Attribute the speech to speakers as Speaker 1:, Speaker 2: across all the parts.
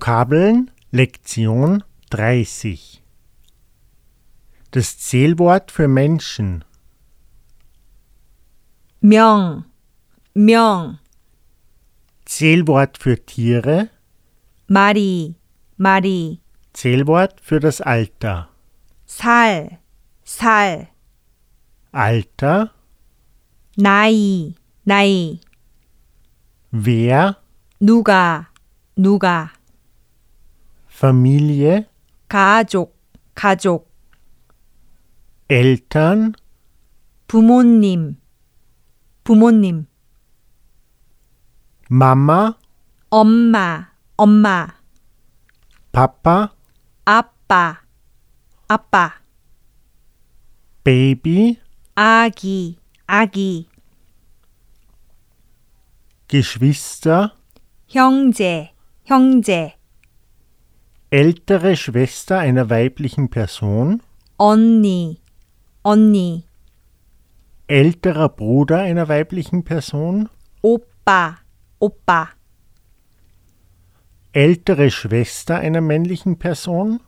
Speaker 1: Vokabeln Lektion 30 Das Zählwort für Menschen
Speaker 2: 명, 명,
Speaker 1: Zählwort für Tiere
Speaker 2: 마리, 마리,
Speaker 1: Zählwort für das Alter
Speaker 2: 살, 살,
Speaker 1: Alter
Speaker 2: 나이, 나이,
Speaker 1: Wer
Speaker 2: 누가, 누가,
Speaker 1: Familie
Speaker 2: 가족, 가족,
Speaker 1: Eltern
Speaker 2: 부모님, 부모님,
Speaker 1: Mama
Speaker 2: 엄마, 엄마,
Speaker 1: Papa
Speaker 2: 아빠, 아빠,
Speaker 1: Baby
Speaker 2: 아기, 아기,
Speaker 1: Geschwister
Speaker 2: 형제, 형제,
Speaker 1: ältere Schwester einer weiblichen Person
Speaker 2: 언니, 언니,
Speaker 1: älterer Bruder einer weiblichen Person
Speaker 2: 오빠, 오빠,
Speaker 1: ältere Schwester einer männlichen Person,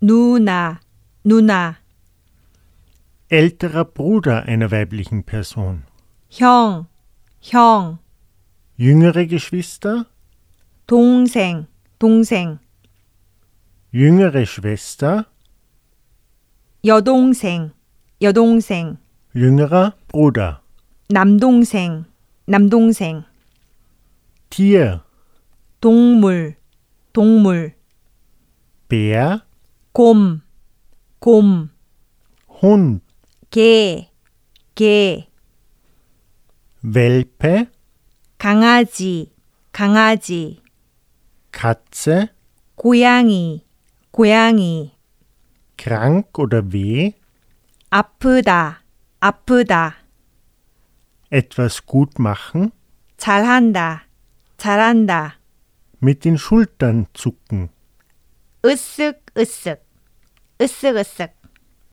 Speaker 2: 누나, 누나,
Speaker 1: älterer Bruder einer weiblichen Person,
Speaker 2: 형, 형,
Speaker 1: jüngere Geschwister,
Speaker 2: 동생, 동생,
Speaker 1: jüngere Schwester,
Speaker 2: 여동생, 여동생,
Speaker 1: jüngerer Bruder,
Speaker 2: 남동생, 남동생,
Speaker 1: Tier,
Speaker 2: 동물, 동물,
Speaker 1: Bär,
Speaker 2: 곰, 곰,
Speaker 1: Hund,
Speaker 2: 개, 개,
Speaker 1: Welpe,
Speaker 2: 강아지, 강아지,
Speaker 1: Katze,
Speaker 2: 고양이, 고양이,
Speaker 1: krank oder weh,
Speaker 2: 아프다, 아프다,
Speaker 1: etwas gut machen,
Speaker 2: 잘한다, 잘한다,
Speaker 1: mit den Schultern zucken.
Speaker 2: 으쓱, 으쓱, 으쓱, 으쓱.